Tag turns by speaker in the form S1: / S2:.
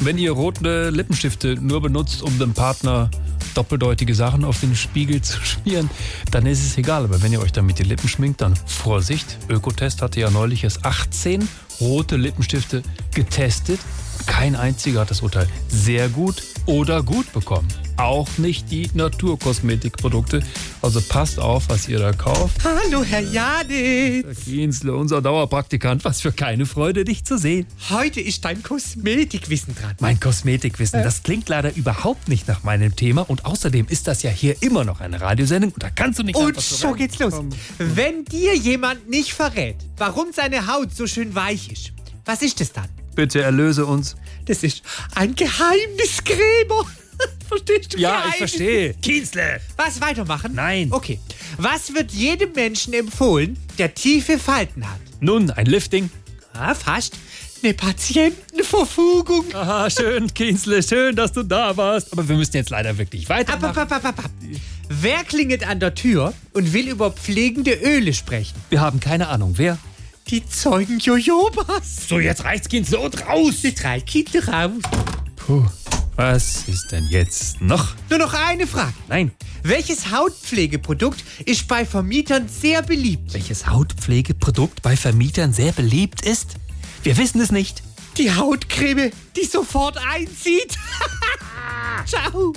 S1: Wenn ihr rote Lippenstifte nur benutzt, um dem Partner doppeldeutige Sachen auf den Spiegel zu schmieren, dann ist es egal. Aber wenn ihr euch damit die Lippen schminkt, dann Vorsicht. Ökotest hatte ja neulich erst 18 rote Lippenstifte getestet. Kein einziger hat das Urteil sehr gut oder gut bekommen. Auch nicht die Naturkosmetikprodukte. Also passt auf, was ihr da kauft.
S2: Hallo, Herr Jaditz.
S1: Kienzle, unser Dauerpraktikant, was für keine Freude, dich zu sehen.
S2: Heute ist dein Kosmetikwissen dran.
S1: Mein Kosmetikwissen, das klingt leider überhaupt nicht nach meinem Thema und außerdem ist das ja hier immer noch eine Radiosendung und da kannst du nicht
S2: Und
S1: einfach
S2: so geht's los.
S1: reinkommen.
S2: Wenn dir jemand nicht verrät, warum seine Haut so schön weich ist, was ist das dann?
S1: Bitte erlöse uns.
S2: Das ist ein Geheimniskrämer. Verstehst du? Geheimnis-
S1: Kienzle!
S2: Was weitermachen?
S1: Nein.
S2: Okay. Was wird jedem Menschen empfohlen, der tiefe Falten hat?
S1: Nun, ein Lifting.
S2: Ah, fast. Eine Patientenverfügung.
S1: Aha, schön, Kienzle, schön, dass du da warst. Aber wir müssen jetzt leider wirklich
S2: Ab,
S1: weitermachen.
S2: ab, ab, ab, ab, ab. Wer klingelt an der Tür und will über pflegende Öle sprechen?
S1: wir haben keine Ahnung, wer.
S2: Die Zeugen Jojobas.
S1: So, jetzt reicht's, Kienzle, und raus!
S2: Die drei Kinder raus.
S1: Puh, was ist denn jetzt noch?
S2: Nur noch eine Frage.
S1: Nein,
S2: Welches Hautpflegeprodukt ist bei Vermietern sehr beliebt?
S1: welches Hautpflegeprodukt bei Vermietern sehr beliebt ist? Wir wissen es nicht.
S2: Die Hautcreme, die sofort einzieht. Ciao.